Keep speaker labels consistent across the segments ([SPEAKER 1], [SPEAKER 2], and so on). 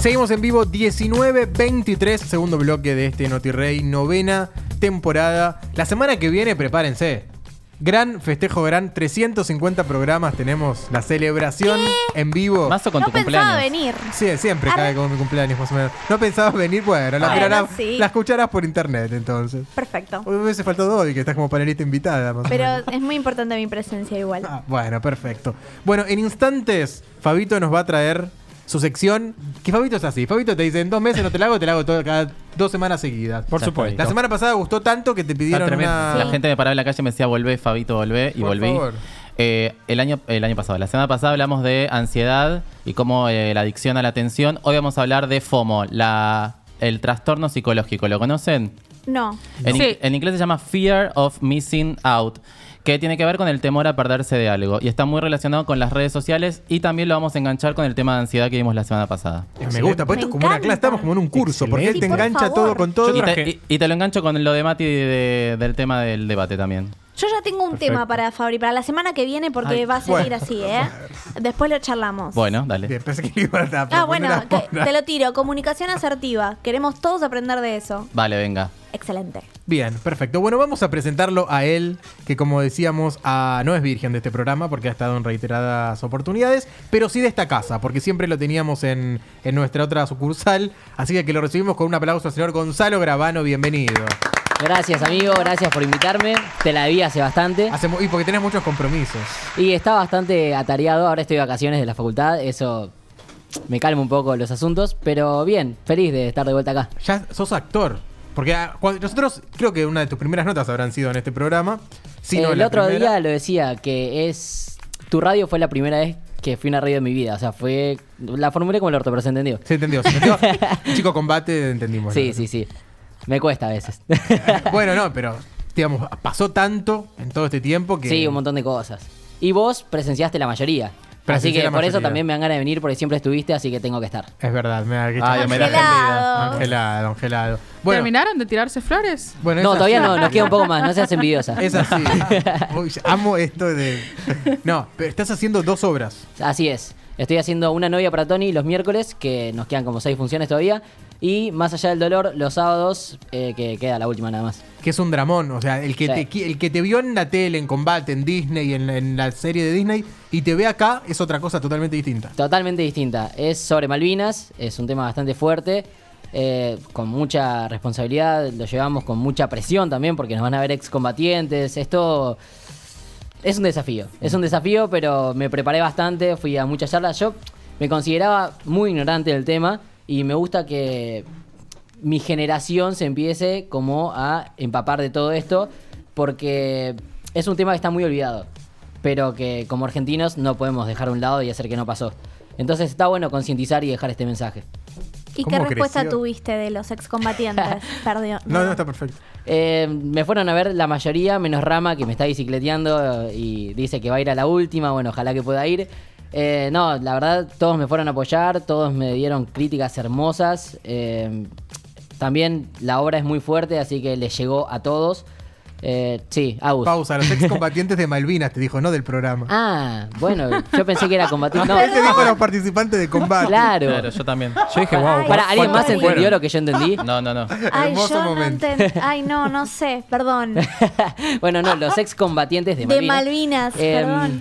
[SPEAKER 1] Seguimos en vivo 19-23, segundo bloque de este NotiRey, novena temporada. La semana que viene, prepárense. Gran festejo, gran 350 programas tenemos. La celebración en vivo.
[SPEAKER 2] Mazo con
[SPEAKER 3] no
[SPEAKER 2] tu
[SPEAKER 3] pensaba
[SPEAKER 2] cumpleaños.
[SPEAKER 3] venir.
[SPEAKER 1] Sí, siempre cae como mi cumpleaños, más o menos. No pensabas venir, bueno, la,
[SPEAKER 3] Bueno,
[SPEAKER 1] tirarás-
[SPEAKER 3] sí.
[SPEAKER 1] la escucharás por internet entonces.
[SPEAKER 3] Perfecto.
[SPEAKER 1] Hoy me hubiese faltado hoy, que estás como panelista invitada, más o
[SPEAKER 3] Pero
[SPEAKER 1] menos.
[SPEAKER 3] es muy importante mi presencia igual.
[SPEAKER 1] Ah, bueno, perfecto. Bueno, en instantes, Fabito nos va a traer su sección. Que Fabito es así. Fabito te dice, en dos meses no te la hago, te la hago todo- cada dos semanas seguidas.
[SPEAKER 4] Por
[SPEAKER 2] Ya
[SPEAKER 4] supuesto.
[SPEAKER 1] La semana pasada gustó tanto que te
[SPEAKER 2] Está
[SPEAKER 1] pidieron
[SPEAKER 2] tremendo.
[SPEAKER 1] una...
[SPEAKER 2] La
[SPEAKER 3] Sí.
[SPEAKER 2] gente me paraba en la calle y me decía, volvé, Fabito, volvé, y
[SPEAKER 1] Ah, Por
[SPEAKER 2] volví.
[SPEAKER 1] favor.
[SPEAKER 2] Eh, el, año, el año pasado, la semana pasada hablamos de ansiedad y cómo eh, la adicción a la atención. Hoy vamos a hablar de FOMO, la, el trastorno psicológico. ¿Lo conocen?
[SPEAKER 3] No.
[SPEAKER 2] En,
[SPEAKER 5] Sí.
[SPEAKER 2] in- en inglés se llama Fear of Missing Out, que tiene que ver con el temor a perderse de algo. Y está muy relacionado con las redes sociales y también lo vamos a enganchar con el tema de ansiedad que vimos la semana pasada.
[SPEAKER 1] Me gusta, porque
[SPEAKER 3] Me
[SPEAKER 1] esto es como una
[SPEAKER 3] encanta.
[SPEAKER 1] clase, estamos como en un curso, porque él te
[SPEAKER 3] Sí, por
[SPEAKER 1] engancha
[SPEAKER 3] favor.
[SPEAKER 1] todo con todo.
[SPEAKER 2] Y
[SPEAKER 4] Yo
[SPEAKER 2] te,
[SPEAKER 4] traje-
[SPEAKER 2] y- y te lo engancho con lo de Mati de- de- del tema del debate también.
[SPEAKER 3] Yo ya tengo un tema para Fabri, para la semana que viene, porque
[SPEAKER 2] Ay,
[SPEAKER 3] va a seguir
[SPEAKER 1] bueno.
[SPEAKER 3] así, ¿eh? Después lo charlamos.
[SPEAKER 2] Bueno, dale.
[SPEAKER 1] Bien, pensé que le iba a dar
[SPEAKER 3] Ah,
[SPEAKER 1] por
[SPEAKER 3] bueno,
[SPEAKER 1] poner
[SPEAKER 3] te,
[SPEAKER 1] a-
[SPEAKER 3] te lo tiro. Comunicación asertiva. Queremos todos aprender de eso.
[SPEAKER 2] Vale, venga.
[SPEAKER 3] Excelente.
[SPEAKER 1] Bien, perfecto. Bueno, vamos a presentarlo a él, que como decíamos, ah, no es virgen de este programa porque ha estado en reiteradas oportunidades, pero sí de esta casa, porque siempre lo teníamos en, en nuestra otra sucursal. Así que, que lo recibimos con un aplauso al señor Gonzalo Gravano, bienvenido.
[SPEAKER 5] Gracias, amigo. Gracias por invitarme. Te la debí hace bastante.
[SPEAKER 1] Hace mu- y porque tenés muchos compromisos.
[SPEAKER 5] Y está bastante atareado. Ahora estoy de vacaciones de la facultad. Eso me calma un poco los asuntos. Pero bien, feliz de estar de vuelta acá.
[SPEAKER 1] Ya sos actor. Porque ah, cuando- nosotros, creo que una de tus primeras notas habrán sido en este programa. Si no
[SPEAKER 5] el
[SPEAKER 1] la
[SPEAKER 5] otro
[SPEAKER 1] primera.
[SPEAKER 5] día lo decía que es. Tu radio fue la primera vez que fui a una radio de mi vida. O sea, fue. La formulé como el orto, pero se entendió.
[SPEAKER 1] Se entendió, se entendió. Chico combate, entendimos.
[SPEAKER 5] sí,
[SPEAKER 1] ¿no?
[SPEAKER 5] sí, sí. Me cuesta a veces.
[SPEAKER 1] Bueno, no, pero digamos, pasó tanto en todo este tiempo que.
[SPEAKER 5] Sí, un montón de cosas. Y vos presenciaste la mayoría. así
[SPEAKER 1] Presencié
[SPEAKER 5] que
[SPEAKER 1] la
[SPEAKER 5] por eso
[SPEAKER 1] mayoría.
[SPEAKER 5] también me dan ganas de venir porque siempre estuviste, así que tengo que estar.
[SPEAKER 1] Es verdad, me da que
[SPEAKER 2] Ay, homenaje al
[SPEAKER 3] Congelado.
[SPEAKER 1] Angelado, angelado. Bueno,
[SPEAKER 6] ¿Terminaron de tirarse flores?
[SPEAKER 1] bueno,
[SPEAKER 5] No,
[SPEAKER 1] es
[SPEAKER 5] todavía
[SPEAKER 1] así.
[SPEAKER 5] no, nos queda un poco más, no seas envidiosa.
[SPEAKER 1] Es así. Uy, amo esto de. No, pero estás haciendo dos obras.
[SPEAKER 5] Así es. Estoy haciendo una novia para Tony los miércoles, que nos quedan como seis funciones todavía. Y más allá del dolor, los sábados, eh, que queda la última nada más.
[SPEAKER 1] Que es un dramón, o sea, el que,
[SPEAKER 5] Sí.
[SPEAKER 1] te, qui- el que te vio en la tele, en combate, en Disney, en, en la serie de Disney, y te ve acá, es otra cosa totalmente distinta.
[SPEAKER 5] Totalmente distinta. Es sobre Malvinas, es un tema bastante fuerte, eh, con mucha responsabilidad, lo llevamos con mucha presión también, porque nos van a ver excombatientes. Esto es un desafío, es un desafío, pero me preparé bastante, fui a muchas charlas. Yo me consideraba muy ignorante del tema y me gusta que mi generación se empiece como a empapar de todo esto, porque es un tema que está muy olvidado, pero que como argentinos no podemos dejar a un lado y hacer que no pasó. Entonces está bueno concientizar y dejar este mensaje.
[SPEAKER 3] ¿Y qué
[SPEAKER 1] ¿Cómo
[SPEAKER 3] respuesta
[SPEAKER 1] creció?
[SPEAKER 3] tuviste de los excombatientes? Perdió.
[SPEAKER 1] No, no, está perfecto.
[SPEAKER 5] Eh, me fueron a ver la mayoría, menos Rama, que me está bicicleteando eh, y dice que va a ir a la última. Bueno, ojalá que pueda ir. Eh, no, la verdad, todos me fueron a apoyar, todos me dieron críticas hermosas. Eh, también la obra es muy fuerte, así que les llegó a todos. Eh, sí, Agus.
[SPEAKER 1] Pausa, los excombatientes de Malvinas, te dijo, no del programa.
[SPEAKER 5] Ah, bueno, yo pensé que era combatir. No,
[SPEAKER 1] Él te dijo a los participantes de combate.
[SPEAKER 5] claro.
[SPEAKER 2] Claro, yo también.
[SPEAKER 4] Yo dije, wow.
[SPEAKER 3] Ay,
[SPEAKER 5] Para, ¿alguien más
[SPEAKER 3] ¿cuántos
[SPEAKER 5] entendió
[SPEAKER 3] fueron?
[SPEAKER 5] lo que yo entendí?
[SPEAKER 2] No, no, no.
[SPEAKER 3] Ay,
[SPEAKER 1] Hermoso
[SPEAKER 3] yo
[SPEAKER 1] momento.
[SPEAKER 3] no enten- Ay, no, no sé. Perdón.
[SPEAKER 5] bueno, no, los excombatientes de
[SPEAKER 3] De
[SPEAKER 5] Malvinas. Em,
[SPEAKER 3] Malvinas, perdón.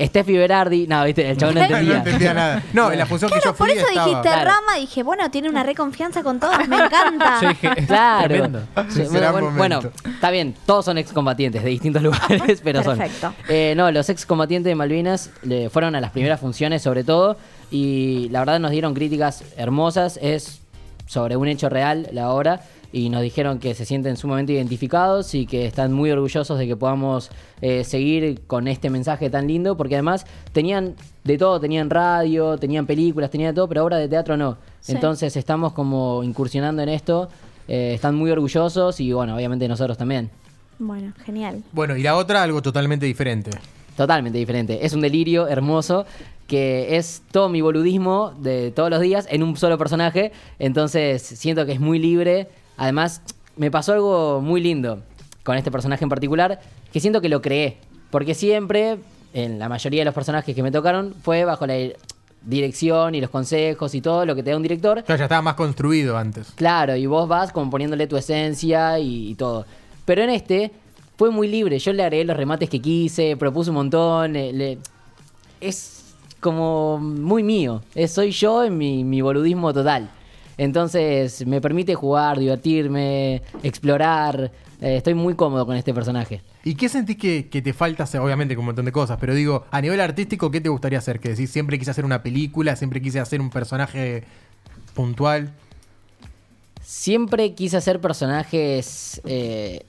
[SPEAKER 5] Steffi Berardi. No, viste, el chabón no
[SPEAKER 1] No
[SPEAKER 5] entendía.
[SPEAKER 1] entendía nada. No, en la función que yo
[SPEAKER 3] Claro,
[SPEAKER 1] fui
[SPEAKER 3] por eso
[SPEAKER 1] estaba-
[SPEAKER 3] dijiste
[SPEAKER 5] Claro.
[SPEAKER 3] rama. Dije, bueno, tiene una reconfianza con todos. Me encanta.
[SPEAKER 4] Yo dije, es
[SPEAKER 5] Claro.
[SPEAKER 4] tremendo.
[SPEAKER 5] Sí,
[SPEAKER 1] Será
[SPEAKER 5] Bueno, bueno,
[SPEAKER 1] momento.
[SPEAKER 5] bueno, está bien, todos son excombatientes de distintos lugares, pero son.
[SPEAKER 3] Perfecto.
[SPEAKER 5] Eh, no, los excombatientes de Malvinas le fueron a las primeras funciones sobre todo y la verdad nos dieron críticas hermosas, es sobre un hecho real la obra y nos dijeron que se sienten sumamente identificados y que están muy orgullosos de que podamos eh, seguir con este mensaje tan lindo porque además tenían de todo, tenían radio, tenían películas, tenían de todo, pero obra de teatro no.
[SPEAKER 3] Sí.
[SPEAKER 5] Entonces estamos como incursionando en esto, eh, están muy orgullosos y bueno, obviamente nosotros también.
[SPEAKER 3] Bueno, genial.
[SPEAKER 1] Bueno, y la otra, algo totalmente diferente.
[SPEAKER 5] Totalmente diferente. Es un delirio hermoso que es todo mi boludismo de todos los días en un solo personaje. Entonces siento que es muy libre. Además, me pasó algo muy lindo con este personaje en particular que siento que lo creé. Porque siempre, en la mayoría de los personajes que me tocaron, fue bajo la, dirección y los consejos y todo lo que te da un director.
[SPEAKER 1] Claro, ya estaba más construido antes.
[SPEAKER 5] Claro, y vos vas como poniéndole tu esencia y, y todo. Pero en este fue muy libre. Yo le agregué los remates que quise, propuse un montón. le- le- Es como muy mío. Es- soy yo en mi, mi boludismo total. Entonces me permite jugar, divertirme, explorar. Eh, estoy muy cómodo con este personaje.
[SPEAKER 1] ¿Y qué sentís que, que te falta hacer? Obviamente, con un montón de cosas, pero digo, a nivel artístico, ¿qué te gustaría hacer? Que decís, siempre quise hacer una película, siempre quise hacer un personaje puntual.
[SPEAKER 5] Siempre quise hacer personajes eh,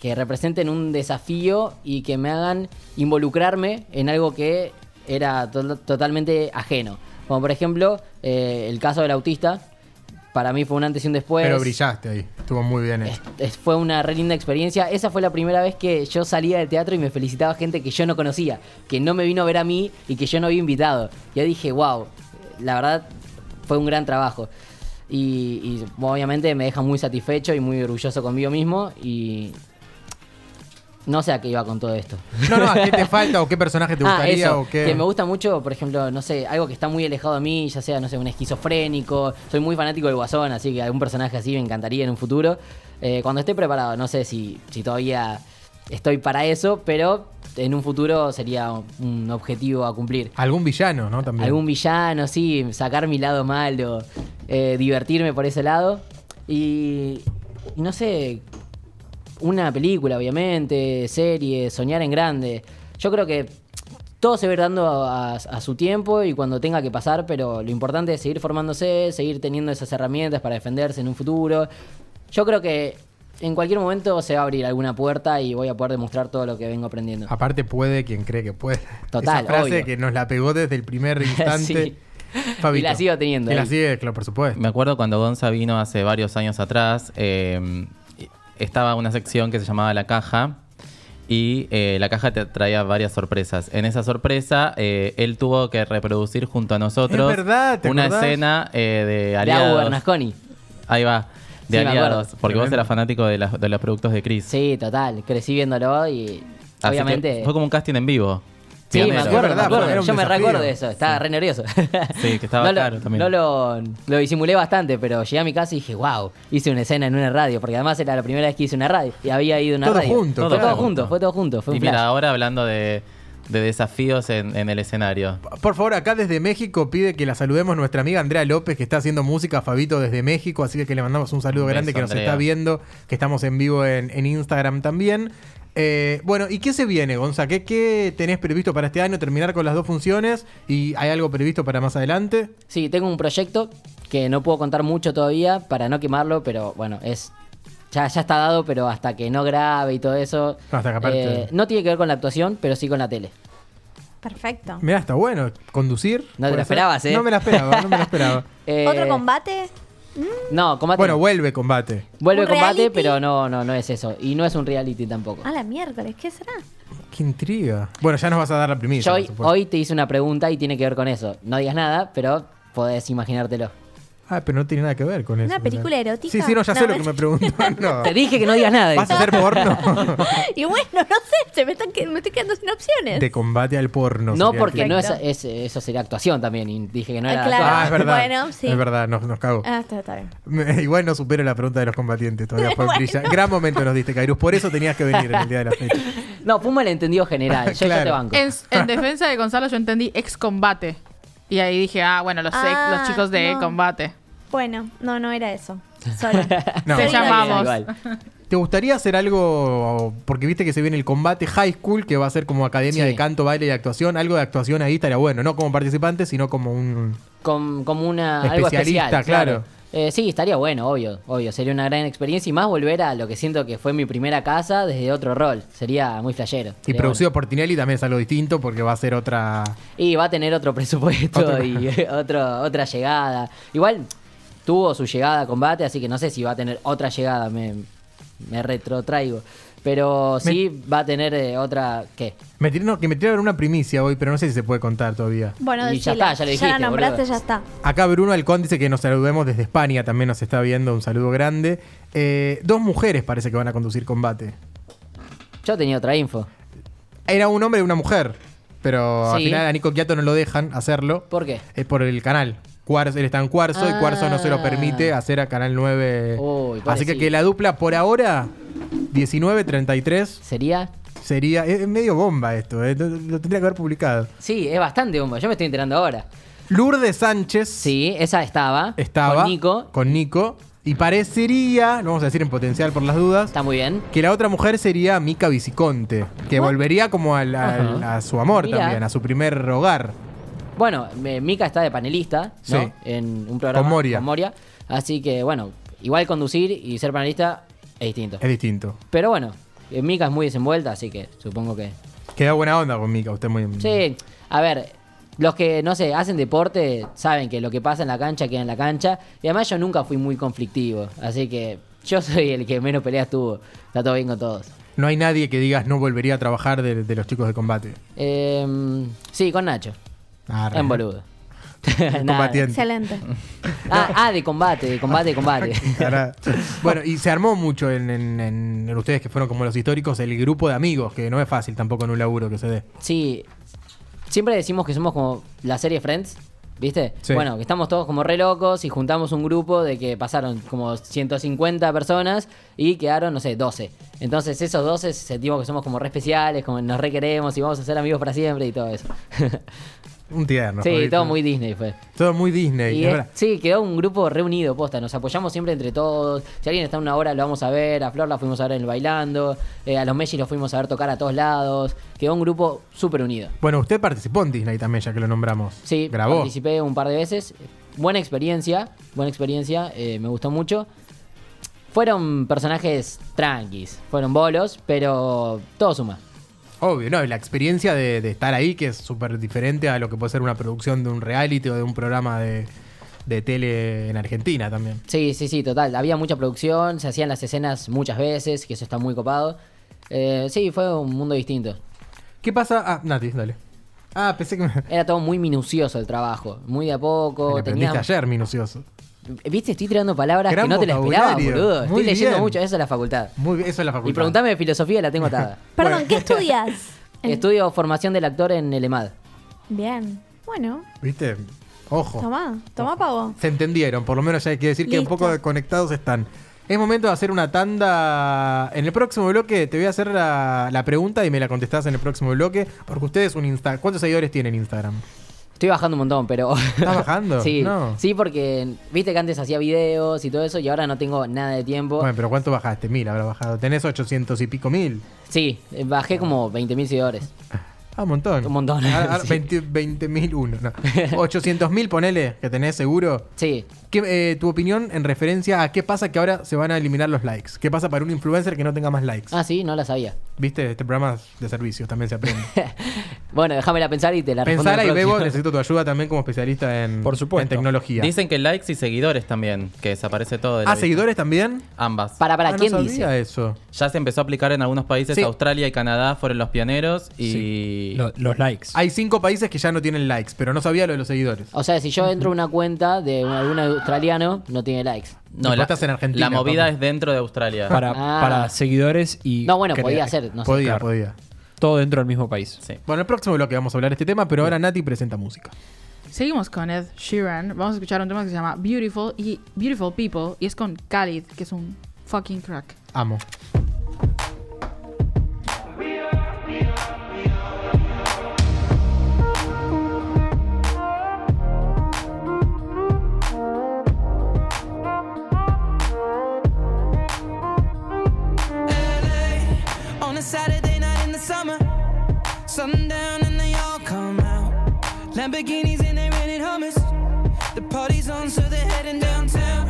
[SPEAKER 5] que representen un desafío y que me hagan involucrarme en algo que era to- totalmente ajeno. Como por ejemplo eh, el caso del autista. Para mí fue un antes y un después.
[SPEAKER 1] pero brillaste ahí. Estuvo muy bien
[SPEAKER 5] Es-
[SPEAKER 1] eso.
[SPEAKER 5] es- fue una re linda experiencia. Esa fue la primera vez que yo salía del teatro y me felicitaba gente que yo no conocía, que no me vino a ver a mí y que yo no había invitado. Yo dije, wow, la verdad fue un gran trabajo. Y, y, obviamente me deja muy satisfecho y muy orgulloso conmigo mismo y no sé a qué iba con todo esto.
[SPEAKER 1] No, no, ¿a ¿qué te falta o qué personaje te
[SPEAKER 5] Ah,
[SPEAKER 1] gustaría
[SPEAKER 5] eso,
[SPEAKER 1] o qué?
[SPEAKER 5] que me gusta mucho, por ejemplo, no sé, algo que está muy alejado de mí, ya sea, no sé, un esquizofrénico. Soy muy fanático del Guasón, así que algún personaje así me encantaría en un futuro. Eh, cuando esté preparado, no sé si, si todavía estoy para eso, pero en un futuro sería un objetivo a cumplir.
[SPEAKER 1] Algún villano, ¿no? También.
[SPEAKER 5] Algún villano, sí, sacar mi lado malo, eh, divertirme por ese lado. Y, y no sé, una película, obviamente, serie, soñar en grande. Yo creo que todo se va a ir dando a, a- a su tiempo y cuando tenga que pasar, pero lo importante es seguir formándose, seguir teniendo esas herramientas para defenderse en un futuro. Yo creo que en cualquier momento se va a abrir alguna puerta y voy a poder demostrar todo lo que vengo aprendiendo.
[SPEAKER 1] Aparte puede quien cree que puede.
[SPEAKER 5] Total,
[SPEAKER 1] Esa frase
[SPEAKER 5] obvio.
[SPEAKER 1] que nos la pegó desde el primer instante. Fabito.
[SPEAKER 5] Y la sigo teniendo
[SPEAKER 1] Y la
[SPEAKER 5] ahí.
[SPEAKER 1] sigue, claro, por supuesto.
[SPEAKER 2] Me acuerdo cuando Gonza vino hace varios años atrás, eh, estaba una sección que se llamaba La Caja y eh, la caja te traía varias sorpresas. En esa sorpresa, eh, él tuvo que reproducir junto a nosotros
[SPEAKER 1] Es verdad, ¿te
[SPEAKER 2] una
[SPEAKER 1] acordás?
[SPEAKER 2] escena eh, de
[SPEAKER 5] De Abu
[SPEAKER 2] aliados.
[SPEAKER 5] Bernasconi.
[SPEAKER 2] Ahí va, de
[SPEAKER 5] Sí, me
[SPEAKER 2] aliados,
[SPEAKER 5] acuerdo.
[SPEAKER 2] porque vos
[SPEAKER 1] Tremendo.
[SPEAKER 2] eras fanático de, las- de los productos de Chris.
[SPEAKER 5] Sí, total. Crecí viéndolo y
[SPEAKER 2] Así que
[SPEAKER 5] obviamente.
[SPEAKER 2] Ah, Fue como un casting en vivo.
[SPEAKER 5] Sí, me
[SPEAKER 2] Pionero.
[SPEAKER 5] acuerdo,
[SPEAKER 1] Es verdad,
[SPEAKER 5] me acuerdo.
[SPEAKER 1] fue- era un
[SPEAKER 5] Yo me
[SPEAKER 1] desafío.
[SPEAKER 5] recuerdo de eso, estaba re nervioso.
[SPEAKER 2] Sí, que estaba
[SPEAKER 5] no lo,
[SPEAKER 2] caro también.
[SPEAKER 5] No lo, lo disimulé bastante, pero llegué a mi casa y dije, wow, hice una escena en una radio, porque además era la primera vez que hice una radio y había ido a una
[SPEAKER 1] Todo
[SPEAKER 5] radio.
[SPEAKER 1] junto,
[SPEAKER 5] fue
[SPEAKER 1] claro.
[SPEAKER 5] todo junto, fue todo junto, fue un
[SPEAKER 2] Y mira,
[SPEAKER 5] flash.
[SPEAKER 2] ahora hablando de, de desafíos en, en el escenario.
[SPEAKER 1] Por favor, acá desde México pide que la saludemos nuestra amiga Andrea López, que está haciendo música, Fabito, desde México, así que le mandamos un saludo
[SPEAKER 2] Un
[SPEAKER 1] grande
[SPEAKER 2] beso,
[SPEAKER 1] que nos
[SPEAKER 2] Andrea.
[SPEAKER 1] está viendo, que estamos en vivo en, en Instagram también. Eh, bueno, ¿y qué se viene, Gonza? ¿Qué, ¿Qué tenés previsto para este año? Terminar con las dos funciones y hay algo previsto para más adelante.
[SPEAKER 5] Sí, tengo un proyecto que no puedo contar mucho todavía para no quemarlo, pero bueno, es ya, ya está dado, pero hasta que no grabe y todo eso. eh,
[SPEAKER 1] No, hasta que aparte-
[SPEAKER 5] no tiene que ver con la actuación, pero sí con la tele.
[SPEAKER 3] Perfecto.
[SPEAKER 1] Mirá, está bueno. Conducir.
[SPEAKER 5] No te lo
[SPEAKER 1] ¿Puede ser?
[SPEAKER 5] esperabas, ¿eh?
[SPEAKER 1] No me la esperaba, no me la esperaba.
[SPEAKER 5] Eh,
[SPEAKER 3] ¿Otro combate?
[SPEAKER 5] No, combate.
[SPEAKER 1] bueno,
[SPEAKER 5] no.
[SPEAKER 1] vuelve combate.
[SPEAKER 5] Vuelve
[SPEAKER 3] ¿Un
[SPEAKER 5] combate,
[SPEAKER 3] reality?
[SPEAKER 5] pero no, no, no es eso. Y no es un reality tampoco.
[SPEAKER 3] A la miércoles, ¿qué será?
[SPEAKER 1] Qué intriga. Bueno, ya nos vas a dar la primicia.
[SPEAKER 5] Yo hoy,
[SPEAKER 1] por supuesto.
[SPEAKER 5] hoy te hice una pregunta y tiene que ver con eso. No digas nada, pero podés imaginártelo.
[SPEAKER 1] Ah, pero no tiene nada que ver con eso.
[SPEAKER 3] película erótica?
[SPEAKER 1] Sí, sí, no, ya sé
[SPEAKER 3] No,
[SPEAKER 1] lo que
[SPEAKER 3] no.
[SPEAKER 1] me preguntó. No.
[SPEAKER 5] Te dije que no digas nada.
[SPEAKER 1] Ah. ¿Vas a
[SPEAKER 5] dice.
[SPEAKER 1] hacer porno?
[SPEAKER 3] y bueno, no sé, se me, están que- me estoy quedando sin opciones.
[SPEAKER 1] De combate al porno.
[SPEAKER 5] No,
[SPEAKER 1] sería
[SPEAKER 5] porque
[SPEAKER 1] el
[SPEAKER 5] no es,
[SPEAKER 3] Perfecto.
[SPEAKER 5] es- eso sería actuación también. Y dije que no
[SPEAKER 3] Ah,
[SPEAKER 5] era
[SPEAKER 1] título.
[SPEAKER 3] claro.
[SPEAKER 1] Ah, es verdad.
[SPEAKER 3] Bueno, sí.
[SPEAKER 1] Es verdad, nos, nos cago.
[SPEAKER 3] Ah, está, está bien.
[SPEAKER 1] Me- Igual no supero la pregunta de los combatientes. Todavía fue
[SPEAKER 3] Bueno.
[SPEAKER 1] brilla. Gran momento nos diste, Cairus. Por eso tenías que venir en el día de la fecha.
[SPEAKER 5] actuación. No, fue un malentendido general. Yo ya te
[SPEAKER 1] Claro.
[SPEAKER 5] banco.
[SPEAKER 4] En, en defensa de Gonzalo yo entendí excombate. Y ahí dije, ah, bueno, los, ex-
[SPEAKER 3] Ah,
[SPEAKER 4] los chicos de
[SPEAKER 3] no.
[SPEAKER 4] combate.
[SPEAKER 3] Bueno, no, no era eso. Solo.
[SPEAKER 1] No.
[SPEAKER 4] Te
[SPEAKER 3] Soy una
[SPEAKER 4] llamamos.
[SPEAKER 5] Igual.
[SPEAKER 1] ¿Te gustaría hacer algo? Porque viste que se viene el combate high school, que va a ser como academia
[SPEAKER 5] Sí.
[SPEAKER 1] de canto, baile y actuación. Algo de actuación ahí estaría bueno. No como participante, sino como un.
[SPEAKER 5] Com- como una algo
[SPEAKER 1] Especialista,
[SPEAKER 5] especial,
[SPEAKER 1] claro.
[SPEAKER 5] Eh, sí, estaría bueno, obvio, obvio. Sería una gran experiencia y más volver a lo que siento que fue mi primera casa desde otro rol. Sería muy flashero.
[SPEAKER 1] Y
[SPEAKER 5] sería
[SPEAKER 1] producido por Tinelli también es algo distinto porque va a ser otra.
[SPEAKER 5] Y va a tener otro presupuesto
[SPEAKER 1] Otro-
[SPEAKER 5] y eh, otro, otra llegada. Igual tuvo su llegada a combate, así que no sé si va a tener otra llegada, me, me retrotraigo. Pero sí va a tener eh, otra. ¿Qué?
[SPEAKER 1] Me tiré, no, que me tiré a ver una primicia hoy, pero no sé si se puede contar todavía.
[SPEAKER 3] Bueno,
[SPEAKER 5] Y ya
[SPEAKER 3] decila.
[SPEAKER 5] está, ya lo
[SPEAKER 3] la
[SPEAKER 5] dijiste,
[SPEAKER 3] nombraste,
[SPEAKER 5] boludo.
[SPEAKER 3] ya está.
[SPEAKER 1] Acá Bruno Alcón dice que nos saludemos desde España, también nos está viendo, un saludo grande. Eh, dos mujeres parece que van a conducir combate.
[SPEAKER 5] Yo tenía otra info.
[SPEAKER 1] Era un hombre y una mujer. pero al
[SPEAKER 5] Sí.
[SPEAKER 1] final a Nico Quiato no lo dejan hacerlo.
[SPEAKER 5] ¿Por qué?
[SPEAKER 1] Es por el canal. Cuarzo, él está en Cuarzo y Cuarzo no se lo
[SPEAKER 5] Ah.
[SPEAKER 1] permite hacer a Canal 9.
[SPEAKER 5] Uy,
[SPEAKER 1] Así
[SPEAKER 5] pobrecito.
[SPEAKER 1] que, que la dupla por ahora, 19-33,
[SPEAKER 5] ¿Sería?
[SPEAKER 1] sería. Es es medio bomba esto, eh, lo lo tendría que haber publicado.
[SPEAKER 5] Sí, es bastante bomba. Yo me estoy enterando ahora.
[SPEAKER 1] Lourdes Sánchez
[SPEAKER 5] Sí, esa estaba.
[SPEAKER 1] estaba
[SPEAKER 5] Con Nico.
[SPEAKER 1] con Nico, Y parecería, lo vamos a decir en potencial por las dudas,
[SPEAKER 5] Está muy bien.
[SPEAKER 1] que la otra mujer sería Mica Viciconte, que volvería como al- al- a su amor
[SPEAKER 5] Mirá.
[SPEAKER 1] también, a su primer hogar.
[SPEAKER 5] Bueno, me- Mika está de panelista, ¿no?
[SPEAKER 1] Sí.
[SPEAKER 5] En un programa
[SPEAKER 1] Con Moria.
[SPEAKER 5] Así que, bueno, igual conducir y ser panelista es distinto.
[SPEAKER 1] Es distinto.
[SPEAKER 5] Pero bueno, eh, Mika es muy desenvuelta, así que supongo que.
[SPEAKER 1] Queda buena onda con Mica, usted muy
[SPEAKER 5] Sí, a ver, los que, no sé, hacen deporte saben que lo que pasa en la cancha queda en la cancha. Y además yo nunca fui muy conflictivo, así que yo soy el que menos peleas tuvo. Está todo bien con todos.
[SPEAKER 1] No hay nadie que digas no volvería a trabajar de, de los chicos de combate.
[SPEAKER 5] Eh, sí, con Nacho.
[SPEAKER 1] Arre.
[SPEAKER 5] En boludo. Nada.
[SPEAKER 1] Combatiente.
[SPEAKER 3] Excelente.
[SPEAKER 5] Ah, ah, de combate, de combate, de combate.
[SPEAKER 1] Ahora- bueno, y se armó mucho en, en- en- en ustedes que fueron como los históricos el grupo de amigos, que no es fácil tampoco en un laburo que se dé.
[SPEAKER 5] Sí. Siempre decimos que somos como la serie Friends, ¿viste?
[SPEAKER 1] Sí.
[SPEAKER 5] Bueno, que estamos todos como re locos y juntamos un grupo de que pasaron como 150 personas y quedaron, no sé, 12. Entonces esos 12 sentimos que somos como re especiales, como nos re queremos y vamos a ser amigos para siempre y todo eso.
[SPEAKER 1] Un tierno.
[SPEAKER 5] sí,
[SPEAKER 1] Jorgito.
[SPEAKER 5] todo muy Disney fue.
[SPEAKER 1] Todo muy Disney.
[SPEAKER 5] Y
[SPEAKER 1] es
[SPEAKER 5] es-
[SPEAKER 1] verdad.
[SPEAKER 5] sí, quedó un grupo reunido, posta. Nos apoyamos siempre entre todos. Si alguien está una hora, lo vamos a ver. A Flor la fuimos a ver en el bailando. eh, a los Messi los fuimos a ver tocar a todos lados. Quedó un grupo súper unido.
[SPEAKER 1] Bueno, usted participó en Disney también, ya que lo nombramos.
[SPEAKER 5] Sí,
[SPEAKER 1] Grabó.
[SPEAKER 5] participé un par de veces. Buena experiencia, buena experiencia, eh, me gustó mucho. Fueron personajes tranquis, fueron bolos, pero todo suma.
[SPEAKER 1] Obvio, no, y la experiencia de, de estar ahí, que es súper diferente a lo que puede ser una producción de un reality o de un programa de, de tele en Argentina también.
[SPEAKER 5] Sí, sí, sí, total. Había mucha producción, se hacían las escenas muchas veces, que eso está muy copado. Eh, sí, fue un mundo distinto.
[SPEAKER 1] ¿Qué pasa? Ah, Nati, dale. Ah, pensé que me...
[SPEAKER 5] Era todo muy minucioso el trabajo, muy de a poco.
[SPEAKER 1] Le
[SPEAKER 5] tenías-
[SPEAKER 1] aprendiste ayer, minucioso.
[SPEAKER 5] Viste, estoy tirando palabras
[SPEAKER 1] Gran
[SPEAKER 5] que no te las esperaba,
[SPEAKER 1] vocabulario.
[SPEAKER 5] boludo. Estoy
[SPEAKER 1] Muy
[SPEAKER 5] leyendo
[SPEAKER 1] bien.
[SPEAKER 5] mucho, eso es la facultad.
[SPEAKER 1] Muy bien, eso es la facultad.
[SPEAKER 5] Y preguntame de filosofía, la tengo atada.
[SPEAKER 3] Perdón, ¿qué estudias?
[SPEAKER 5] Estudio formación del actor en el EMAD.
[SPEAKER 3] Bien. Bueno,
[SPEAKER 1] ¿Viste?
[SPEAKER 5] Oh.
[SPEAKER 1] Ojo.
[SPEAKER 3] tomá, tomá pavo.
[SPEAKER 1] Se entendieron, por lo menos ya hay que decir que un
[SPEAKER 3] Listo.
[SPEAKER 1] poco conectados están. Es momento de hacer una tanda. En el próximo bloque te voy a hacer la, la pregunta y me la contestás en el próximo bloque. Porque ustedes un Insta. ¿Cuántos seguidores tienen Instagram?
[SPEAKER 5] Estoy bajando un montón, pero.
[SPEAKER 1] ¿Estás bajando?
[SPEAKER 5] sí,
[SPEAKER 1] No.
[SPEAKER 5] sí, porque viste que antes hacía videos y todo eso y ahora no tengo nada de tiempo.
[SPEAKER 1] Bueno, pero ¿cuánto bajaste? Mil habrá bajado. Tenés 800 y pico mil.
[SPEAKER 5] Sí, eh, bajé como 20.000 seguidores.
[SPEAKER 1] Ah, un montón.
[SPEAKER 5] Un montón,
[SPEAKER 1] Ahora- ahora
[SPEAKER 5] sí.
[SPEAKER 1] 20 20.000 uno. No. 800 mil, ponele, que tenés seguro.
[SPEAKER 5] Sí,
[SPEAKER 1] ¿Qué, eh, tu opinión en referencia a qué pasa que ahora se van a eliminar los likes. ¿Qué pasa para un influencer que no tenga más likes?
[SPEAKER 5] ah, sí, no la sabía.
[SPEAKER 1] Viste, este programa es de servicios también se aprende.
[SPEAKER 5] Bueno, déjamela pensar y te la respondo.
[SPEAKER 1] Pensala
[SPEAKER 5] en
[SPEAKER 1] y
[SPEAKER 5] el
[SPEAKER 1] ve vos,
[SPEAKER 5] próximo.
[SPEAKER 1] necesito tu ayuda también como especialista en,
[SPEAKER 6] Por supuesto.
[SPEAKER 1] en tecnología.
[SPEAKER 2] Dicen que likes y seguidores también, que desaparece todo. de la
[SPEAKER 1] ¿A
[SPEAKER 2] vida.
[SPEAKER 1] Ah, seguidores también?
[SPEAKER 2] Ambas.
[SPEAKER 5] Para, para,
[SPEAKER 1] Ah,
[SPEAKER 5] ¿quién
[SPEAKER 1] no sabía
[SPEAKER 5] dice?
[SPEAKER 1] eso.
[SPEAKER 2] Ya se empezó a aplicar en algunos países,
[SPEAKER 1] Sí.
[SPEAKER 2] Australia y Canadá fueron los pioneros y...
[SPEAKER 6] Lo- los likes.
[SPEAKER 1] Hay cinco países que ya no tienen likes, pero no sabía lo de los seguidores.
[SPEAKER 5] O sea, si yo entro a una cuenta de un- algún australiano, no tiene likes.
[SPEAKER 1] Tipo, estás en Argentina,
[SPEAKER 2] la movida
[SPEAKER 1] papá.
[SPEAKER 2] es dentro de Australia.
[SPEAKER 6] Para,
[SPEAKER 5] Ah.
[SPEAKER 6] para seguidores y.
[SPEAKER 5] No, bueno,
[SPEAKER 6] crea-
[SPEAKER 5] podía ser, no sé.
[SPEAKER 1] podía,
[SPEAKER 6] claro.
[SPEAKER 1] podía.
[SPEAKER 6] Todo dentro del mismo país.
[SPEAKER 2] Sí.
[SPEAKER 1] Bueno, en el próximo bloque vamos a hablar de este tema, pero ahora Nati presenta música.
[SPEAKER 4] Seguimos con Ed Sheeran. Vamos a escuchar un tema que se llama Beautiful y Beautiful People y es con Khalid, que es un fucking crack.
[SPEAKER 1] Amo.
[SPEAKER 7] LA on a Saturday night in the summer. Sundown and they all come out. Lamborghinis and they rented hummus. The party's on, so they're heading downtown.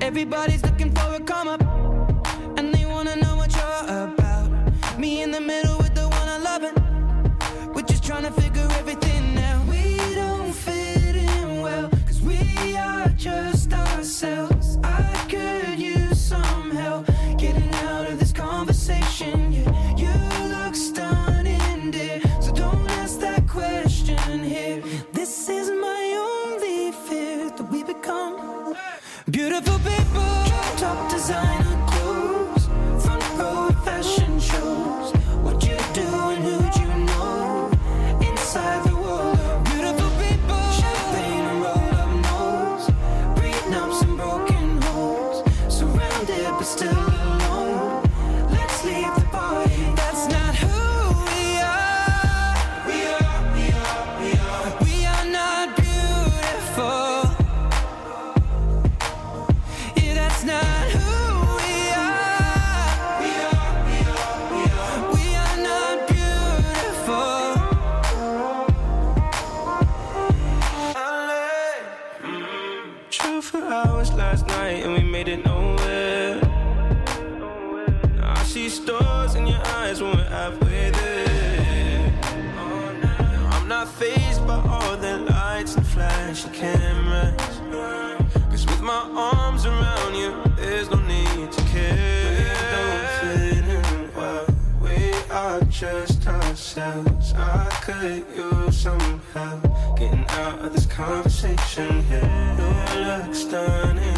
[SPEAKER 7] Everybody's looking for a come up, and they wanna know what you're about. Me in the middle with the one I love We're just trying to figure everything out. We don't fit in well, cause we are just ourselves. I could use some help getting out of this conversation. Yeah, you look stunning, dear. So don't ask that question here. This is my only fear that we become beautiful people. Top designer clothes, front row fashion night and we made it nowhere. Now I see stars in your eyes when we're halfway there. Now I'm not phased by all the lights and flashy cameras. Cause with my arms around you, there's no need to care. We don't fit in well. We are just ourselves. I could use some help getting out of this conversation here. Your looks done in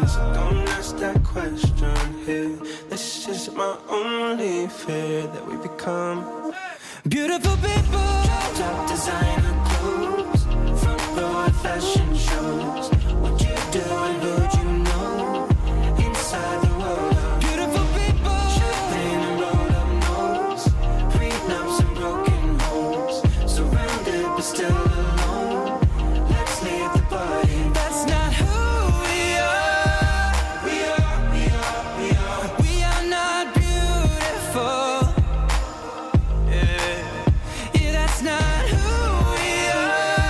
[SPEAKER 7] this. Don't ask that question here. This is my only fear that we become beautiful people. Top designer clothes, front row at fashion shows. What you do and who you know inside the world. of Beautiful people. Champagne and rolled up nose, prenups and broken homes. Surrounded but still alone. Let's leave the body. That's not who we are. We are, we are, we are. We are not beautiful. Yeah. Yeah, that's not who we are.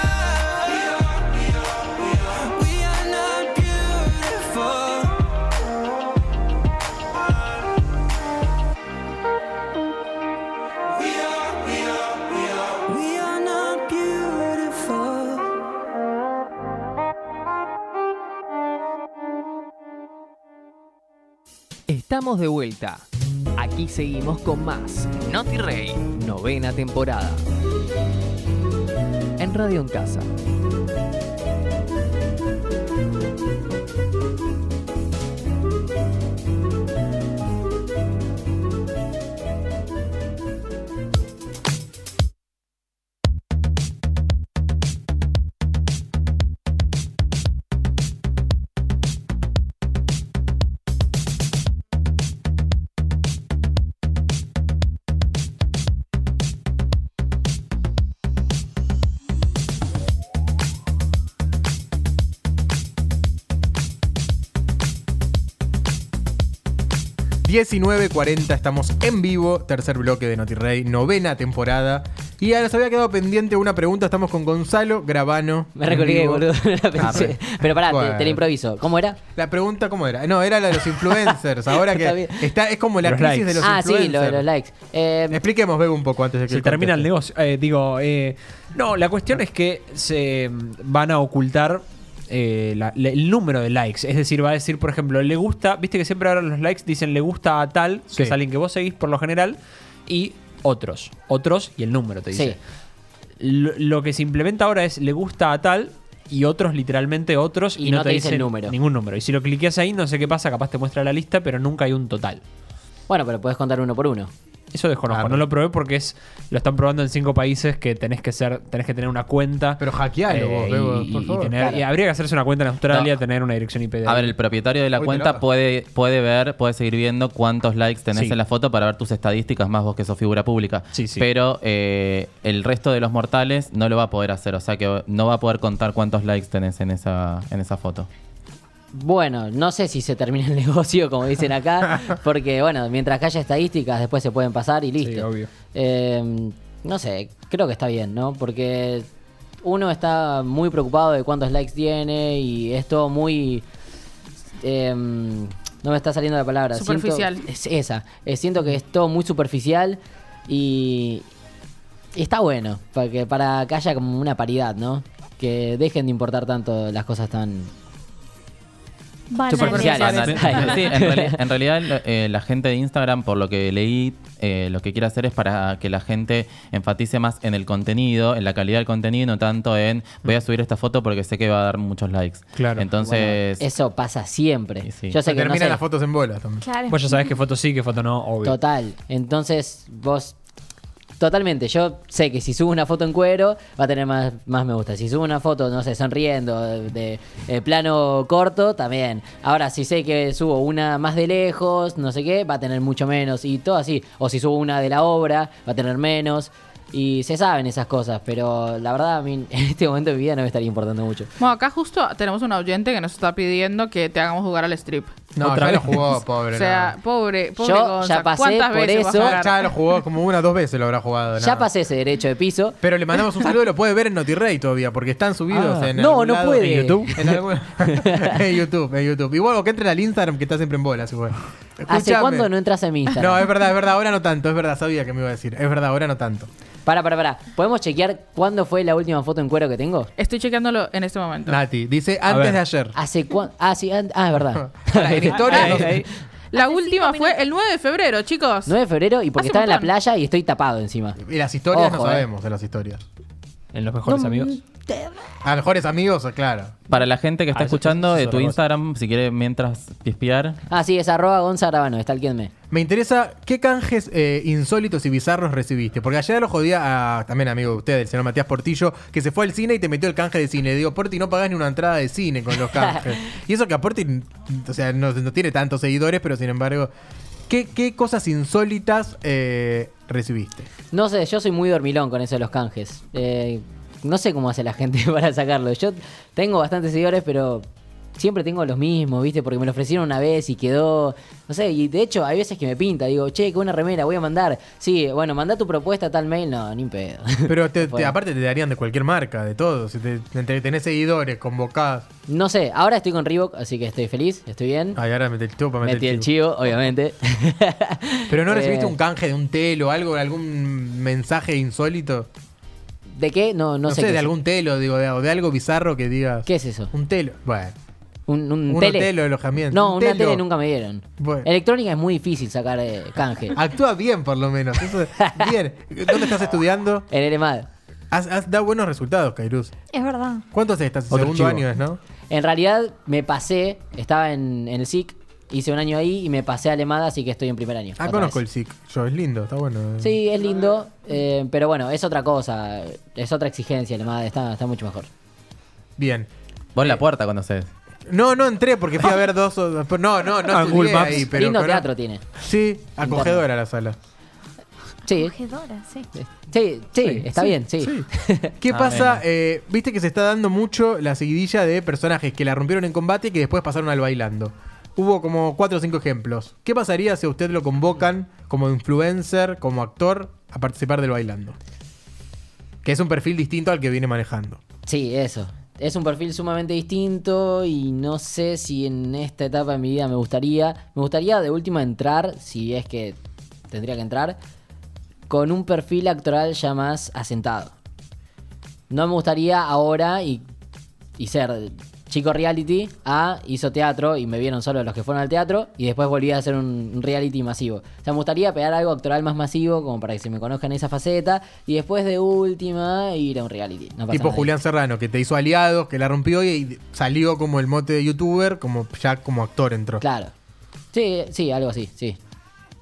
[SPEAKER 7] We are, we are, we are. We are not beautiful. We are, we are, we are. We are not beautiful.
[SPEAKER 8] Estamos de vuelta. Aquí seguimos con más Noti Rey, novena temporada. En Radio en Casa.
[SPEAKER 1] estamos en vivo, tercer bloque de NotiRey, novena temporada. Y ahora se había quedado pendiente una pregunta, estamos con Gonzalo Gravano.
[SPEAKER 5] Me
[SPEAKER 1] en
[SPEAKER 5] recolgué,
[SPEAKER 1] vivo. Ah,
[SPEAKER 5] boludo. no la pensé. Pero pará, te- te,
[SPEAKER 1] Bueno.
[SPEAKER 5] la improviso. ¿Cómo era?
[SPEAKER 1] La pregunta, ¿cómo era? No, era la de los influencers. Ahora
[SPEAKER 5] Está
[SPEAKER 1] que
[SPEAKER 5] bien.
[SPEAKER 1] está, es como la
[SPEAKER 6] Los
[SPEAKER 1] crisis de
[SPEAKER 6] likes.
[SPEAKER 1] los
[SPEAKER 5] ah,
[SPEAKER 1] influencers.
[SPEAKER 5] sí, lo de los likes. Eh,
[SPEAKER 1] Expliquemos, Bego, un poco antes de que
[SPEAKER 6] Se
[SPEAKER 1] él
[SPEAKER 6] termina el
[SPEAKER 1] conteste.
[SPEAKER 6] negocio. Eh, digo, eh, no, la cuestión es que se mm, van a ocultar eh, la- la- el número de likes. Es decir, va a decir, por ejemplo, le gusta, viste que siempre ahora los likes dicen le gusta a tal, que
[SPEAKER 1] Sí.
[SPEAKER 6] es alguien que vos seguís por lo general, y otros. Otros y el número te dice.
[SPEAKER 5] Sí.
[SPEAKER 6] Lo, lo que se implementa ahora es le gusta a tal. Y otros, literalmente otros, y, no, te, dice
[SPEAKER 5] el número.
[SPEAKER 6] ningún número. Y si lo cliqueas ahí, no sé qué pasa, capaz te muestra la lista, pero nunca hay un total.
[SPEAKER 5] bueno, pero puedes contar uno por uno.
[SPEAKER 6] Eso desconozco,
[SPEAKER 1] Arre.
[SPEAKER 6] Ah, no lo probé porque es lo están probando en cinco países que tenés que ser, tenés que tener una cuenta.
[SPEAKER 1] Pero
[SPEAKER 6] eh,
[SPEAKER 1] hackealo vos,
[SPEAKER 6] y-
[SPEAKER 1] Bego, por
[SPEAKER 6] y
[SPEAKER 1] favor.
[SPEAKER 6] tener- y habría que hacerse una cuenta en Australia,
[SPEAKER 2] No.
[SPEAKER 6] tener una dirección IP. de
[SPEAKER 2] A
[SPEAKER 6] ahí.
[SPEAKER 2] ver, el propietario de la
[SPEAKER 1] Uy,
[SPEAKER 2] cuenta
[SPEAKER 1] pelota.
[SPEAKER 2] puede, puede ver, puede seguir viendo cuántos likes tenés
[SPEAKER 6] Sí.
[SPEAKER 2] en la foto para ver tus estadísticas, más vos que sos figura pública.
[SPEAKER 6] Sí, sí.
[SPEAKER 2] Pero eh, el resto de los mortales no lo va a poder hacer, o sea que no va a poder contar cuántos likes tenés en esa, en esa foto.
[SPEAKER 5] Bueno, no sé si se termina el negocio, como dicen acá, porque bueno, mientras que haya estadísticas, después se pueden pasar y listo.
[SPEAKER 6] Sí, obvio.
[SPEAKER 5] Eh, no sé, creo que está bien, ¿no? Porque uno está muy preocupado de cuántos likes tiene y es todo muy... eh, no me está saliendo la palabra. Siento-
[SPEAKER 4] Superficial.
[SPEAKER 5] es esa. Eh, siento que es todo muy superficial y, y está bueno, para que, para que haya como una paridad, ¿no? Que dejen de importar tanto las cosas tan...
[SPEAKER 3] Banales.
[SPEAKER 5] Superficiales.
[SPEAKER 2] Banal.
[SPEAKER 5] Banales.
[SPEAKER 2] Sí, en, reali- en realidad lo- eh, la gente de Instagram, por lo que leí, eh, lo que quiere hacer es para que la gente enfatice más en el contenido, en la calidad del contenido, y no tanto en voy a subir esta foto porque sé que va a dar muchos likes.
[SPEAKER 6] Claro.
[SPEAKER 2] Entonces,
[SPEAKER 5] Eso pasa siempre.
[SPEAKER 2] Y sí.
[SPEAKER 5] Yo sé
[SPEAKER 1] Se
[SPEAKER 5] que no
[SPEAKER 1] terminan
[SPEAKER 5] sé.
[SPEAKER 1] las fotos en bolas también.
[SPEAKER 3] Claro.
[SPEAKER 6] Vos ya sabés qué foto sí, qué foto no, obvio.
[SPEAKER 5] Total. Entonces, vos. Totalmente, yo sé que si subo una foto en cuero va a tener más, más me gusta. Si subo una foto, no sé, sonriendo, de, de plano corto, también. Ahora, si sé que subo una más de lejos, no sé qué, va a tener mucho menos y todo así. O si subo una de la obra, va a tener menos. Y se saben esas cosas, pero la verdad a mí en este momento de mi vida no me estaría importando mucho.
[SPEAKER 4] Bueno, acá justo tenemos un oyente que nos está pidiendo que te hagamos jugar al strip.
[SPEAKER 1] No,
[SPEAKER 6] Otra
[SPEAKER 1] ya lo
[SPEAKER 6] vez.
[SPEAKER 1] jugó, pobre.
[SPEAKER 4] o sea,
[SPEAKER 1] no.
[SPEAKER 4] pobre, pobre
[SPEAKER 5] Yo
[SPEAKER 4] Gonza,
[SPEAKER 5] ya pasé
[SPEAKER 4] ¿cuántas
[SPEAKER 5] por
[SPEAKER 4] veces vas a
[SPEAKER 5] eso.
[SPEAKER 4] ganar?
[SPEAKER 1] ya lo jugó como una o dos veces lo habrá jugado.
[SPEAKER 5] Ya
[SPEAKER 1] no.
[SPEAKER 5] pasé ese derecho de piso.
[SPEAKER 1] Pero le mandamos un saludo, lo puede ver en NotiRey todavía, porque están subidos
[SPEAKER 5] Ah,
[SPEAKER 1] en
[SPEAKER 5] no,
[SPEAKER 1] algún
[SPEAKER 5] no
[SPEAKER 1] lado.
[SPEAKER 5] puede.
[SPEAKER 1] ¿En YouTube? En, algún- en YouTube, en YouTube. Igual o que entren al Instagram, que está siempre en bola, si fue.
[SPEAKER 5] ¿Hace
[SPEAKER 1] Escúchame.
[SPEAKER 5] cuándo no entras a mi Instagram?
[SPEAKER 1] No, es verdad, es verdad, ahora no tanto, es verdad, sabía que me iba a decir. Es verdad, ahora no tanto.
[SPEAKER 5] Para, para, para. ¿Podemos chequear cuándo fue la última foto en cuero que tengo?
[SPEAKER 4] Estoy chequeándolo en este momento.
[SPEAKER 1] Nati, dice
[SPEAKER 6] A
[SPEAKER 1] antes
[SPEAKER 6] ver.
[SPEAKER 1] de ayer.
[SPEAKER 5] ¿Hace cuándo? Ah, sí, an- ah, es verdad.
[SPEAKER 1] En historia.
[SPEAKER 6] Ahí, ahí.
[SPEAKER 4] La
[SPEAKER 3] Hace
[SPEAKER 4] última
[SPEAKER 3] cinco
[SPEAKER 4] fue el 9 de febrero, chicos.
[SPEAKER 5] 9 de febrero y porque
[SPEAKER 4] Hace un
[SPEAKER 5] estaba en la
[SPEAKER 4] montón.
[SPEAKER 5] playa y estoy tapado encima.
[SPEAKER 1] Y las historias no
[SPEAKER 5] Ojo, eh.
[SPEAKER 1] sabemos de las historias.
[SPEAKER 6] En los mejores amigos.
[SPEAKER 1] A mejores amigos, claro.
[SPEAKER 2] Para la gente que está
[SPEAKER 6] Ah, eso-
[SPEAKER 2] escuchando,
[SPEAKER 6] eso es
[SPEAKER 2] eh, tu
[SPEAKER 6] otra cosa.
[SPEAKER 2] Instagram, si quiere mientras pispear.
[SPEAKER 5] Ah, sí, es arroba Gonza Arabano, estalquíenme.
[SPEAKER 1] Me interesa qué canjes eh, insólitos y bizarros recibiste. Porque ayer lo jodía a también amigo de ustedes, el señor Matías Portillo, que se fue al cine y te metió el canje de cine. Le digo, Porti, no pagás ni una entrada de cine con los canjes. y eso que a Porti, o sea, no, no tiene tantos seguidores, pero sin embargo, ¿qué, qué cosas insólitas eh, recibiste?
[SPEAKER 5] No sé, yo soy muy dormilón con eso de los canjes. Eh, no sé cómo hace la gente para sacarlo. Yo tengo bastantes seguidores, pero siempre tengo los mismos, ¿viste? Porque me lo ofrecieron una vez y quedó. No sé, y de hecho hay veces que me pinta. Digo, che, qué buena remera, voy a mandar. Sí, bueno, mandá tu propuesta a tal mail. No, ni un pedo.
[SPEAKER 1] Pero te- te-
[SPEAKER 5] Bueno.
[SPEAKER 1] aparte te darían de cualquier marca, de todo. Si te, te- tenés seguidores, convocás.
[SPEAKER 5] No sé, ahora estoy con Reebok, así que estoy feliz, estoy bien.
[SPEAKER 1] Ay, ahora metí el chivo para meter
[SPEAKER 5] Metí el
[SPEAKER 1] chivo.
[SPEAKER 5] chivo, obviamente.
[SPEAKER 1] Pero no recibiste
[SPEAKER 5] Eh,
[SPEAKER 1] un canje de un telo, algo, algún mensaje insólito.
[SPEAKER 5] ¿De qué? No, no,
[SPEAKER 1] No, sé,
[SPEAKER 5] qué
[SPEAKER 1] de
[SPEAKER 5] es.
[SPEAKER 1] algún telo, digo, de, o de algo bizarro que digas.
[SPEAKER 5] ¿Qué es eso?
[SPEAKER 1] Un telo. Bueno,
[SPEAKER 5] Un, un
[SPEAKER 1] un
[SPEAKER 5] tele.
[SPEAKER 1] telo de alojamiento.
[SPEAKER 5] No,
[SPEAKER 1] un
[SPEAKER 5] una
[SPEAKER 1] telo.
[SPEAKER 5] tele nunca me dieron.
[SPEAKER 1] Bueno.
[SPEAKER 5] Electrónica es muy difícil sacar eh, canje.
[SPEAKER 1] Actúa bien, por lo menos. Eso, bien. ¿Dónde estás estudiando?
[SPEAKER 5] En el EMAD.
[SPEAKER 1] Has, has dado buenos resultados, Cairuz.
[SPEAKER 3] Es verdad.
[SPEAKER 1] ¿Cuántos haces? estás?
[SPEAKER 6] Otro
[SPEAKER 1] Segundo
[SPEAKER 6] chivo.
[SPEAKER 1] año es, ¿no?
[SPEAKER 5] En realidad me pasé, estaba en, en el SIC, hice un año ahí y me pasé a Alemada, así que estoy en primer año.
[SPEAKER 1] Ah,
[SPEAKER 5] otra
[SPEAKER 1] conozco el
[SPEAKER 5] vez.
[SPEAKER 1] SIC. Yo, es lindo, está bueno. eh.
[SPEAKER 5] Sí, es lindo, eh, pero bueno, es otra cosa, es otra exigencia Alemada, está, está mucho mejor.
[SPEAKER 1] Bien.
[SPEAKER 2] Vos la puerta conocés.
[SPEAKER 1] No, no entré porque fui a ver dos. o- No, no, no
[SPEAKER 6] Ah, Google
[SPEAKER 1] estudié
[SPEAKER 6] Maps.
[SPEAKER 1] ahí, pero.
[SPEAKER 5] lindo
[SPEAKER 1] cono-
[SPEAKER 5] teatro tiene.
[SPEAKER 1] Sí, acogedora la sala.
[SPEAKER 5] Sí,
[SPEAKER 3] Acogedora, sí.
[SPEAKER 5] Este, sí, sí, está bien, sí.
[SPEAKER 1] ¿Qué
[SPEAKER 2] Ah,
[SPEAKER 1] pasa?
[SPEAKER 2] bueno.
[SPEAKER 1] Eh, Viste que se está dando mucho la seguidilla de personajes que la rompieron en combate y que después pasaron al bailando. Hubo como cuatro o cinco ejemplos. ¿Qué pasaría si a usted lo convocan como influencer, como actor, a participar del bailando? Que es un perfil distinto al que viene manejando.
[SPEAKER 5] Sí, eso. Es un perfil sumamente distinto y no sé si en esta etapa de mi vida me gustaría. Me gustaría de última entrar, si es que tendría que entrar, con un perfil actoral ya más asentado. No me gustaría ahora y, y ser chico reality a hizo teatro y me vieron solo los que fueron al teatro y después volví a hacer un un reality masivo. O sea, me gustaría pegar algo actoral más masivo como para que se me conozcan esa faceta y después de última ir a un reality. No pasa
[SPEAKER 1] tipo
[SPEAKER 5] nada.
[SPEAKER 1] Julián Serrano, que te hizo aliados, que la rompió y salió como el mote de youtuber, como ya como actor entró.
[SPEAKER 5] Claro. Sí, sí, algo así, sí.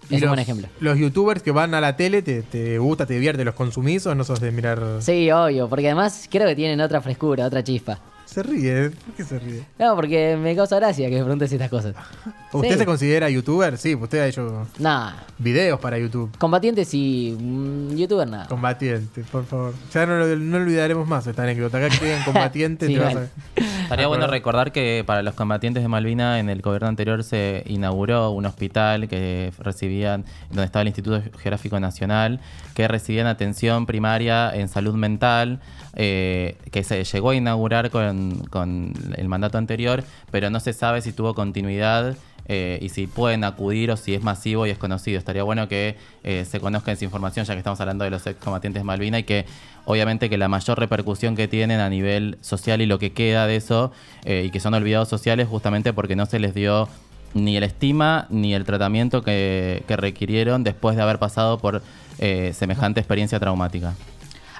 [SPEAKER 1] Y
[SPEAKER 5] Es
[SPEAKER 1] los,
[SPEAKER 5] un buen ejemplo.
[SPEAKER 1] Los youtubers que van a la tele, te, te gusta, te divierte, los consumís o no sos de mirar.
[SPEAKER 5] Sí, obvio, porque además creo que tienen otra frescura, otra chispa.
[SPEAKER 1] Se ríe, ¿por qué se ríe?
[SPEAKER 5] No, porque me causa gracia que me preguntes estas cosas.
[SPEAKER 1] ¿Usted
[SPEAKER 5] Sí.
[SPEAKER 1] se considera youtuber? Sí, pues usted ha hecho
[SPEAKER 5] Nah,
[SPEAKER 1] videos para YouTube.
[SPEAKER 5] combatientes y mm, youtuber nada.
[SPEAKER 1] Combatiente, por favor. Ya no, lo- no olvidaremos más esta anécdota. Acá que digan combatiente,
[SPEAKER 5] Sí,
[SPEAKER 1] te vas
[SPEAKER 5] mal.
[SPEAKER 1] a-
[SPEAKER 6] Ah,
[SPEAKER 2] Estaría bueno recordar que para los combatientes de Malvina en el gobierno anterior se inauguró un hospital que recibían, donde estaba el Instituto Geográfico Nacional, que recibían atención primaria en salud mental, eh, que se llegó a inaugurar con, con el mandato anterior, pero no se sabe si tuvo continuidad. eh, y si pueden acudir o si es masivo y es conocido. Estaría bueno que eh, se conozca esa información, ya que estamos hablando de los excombatientes de Malvina y que obviamente que la mayor repercusión que tienen a nivel social y lo que queda de eso eh, y que son olvidados sociales justamente porque no se les dio ni el estima ni el tratamiento que, que requirieron después de haber pasado por eh, semejante experiencia traumática.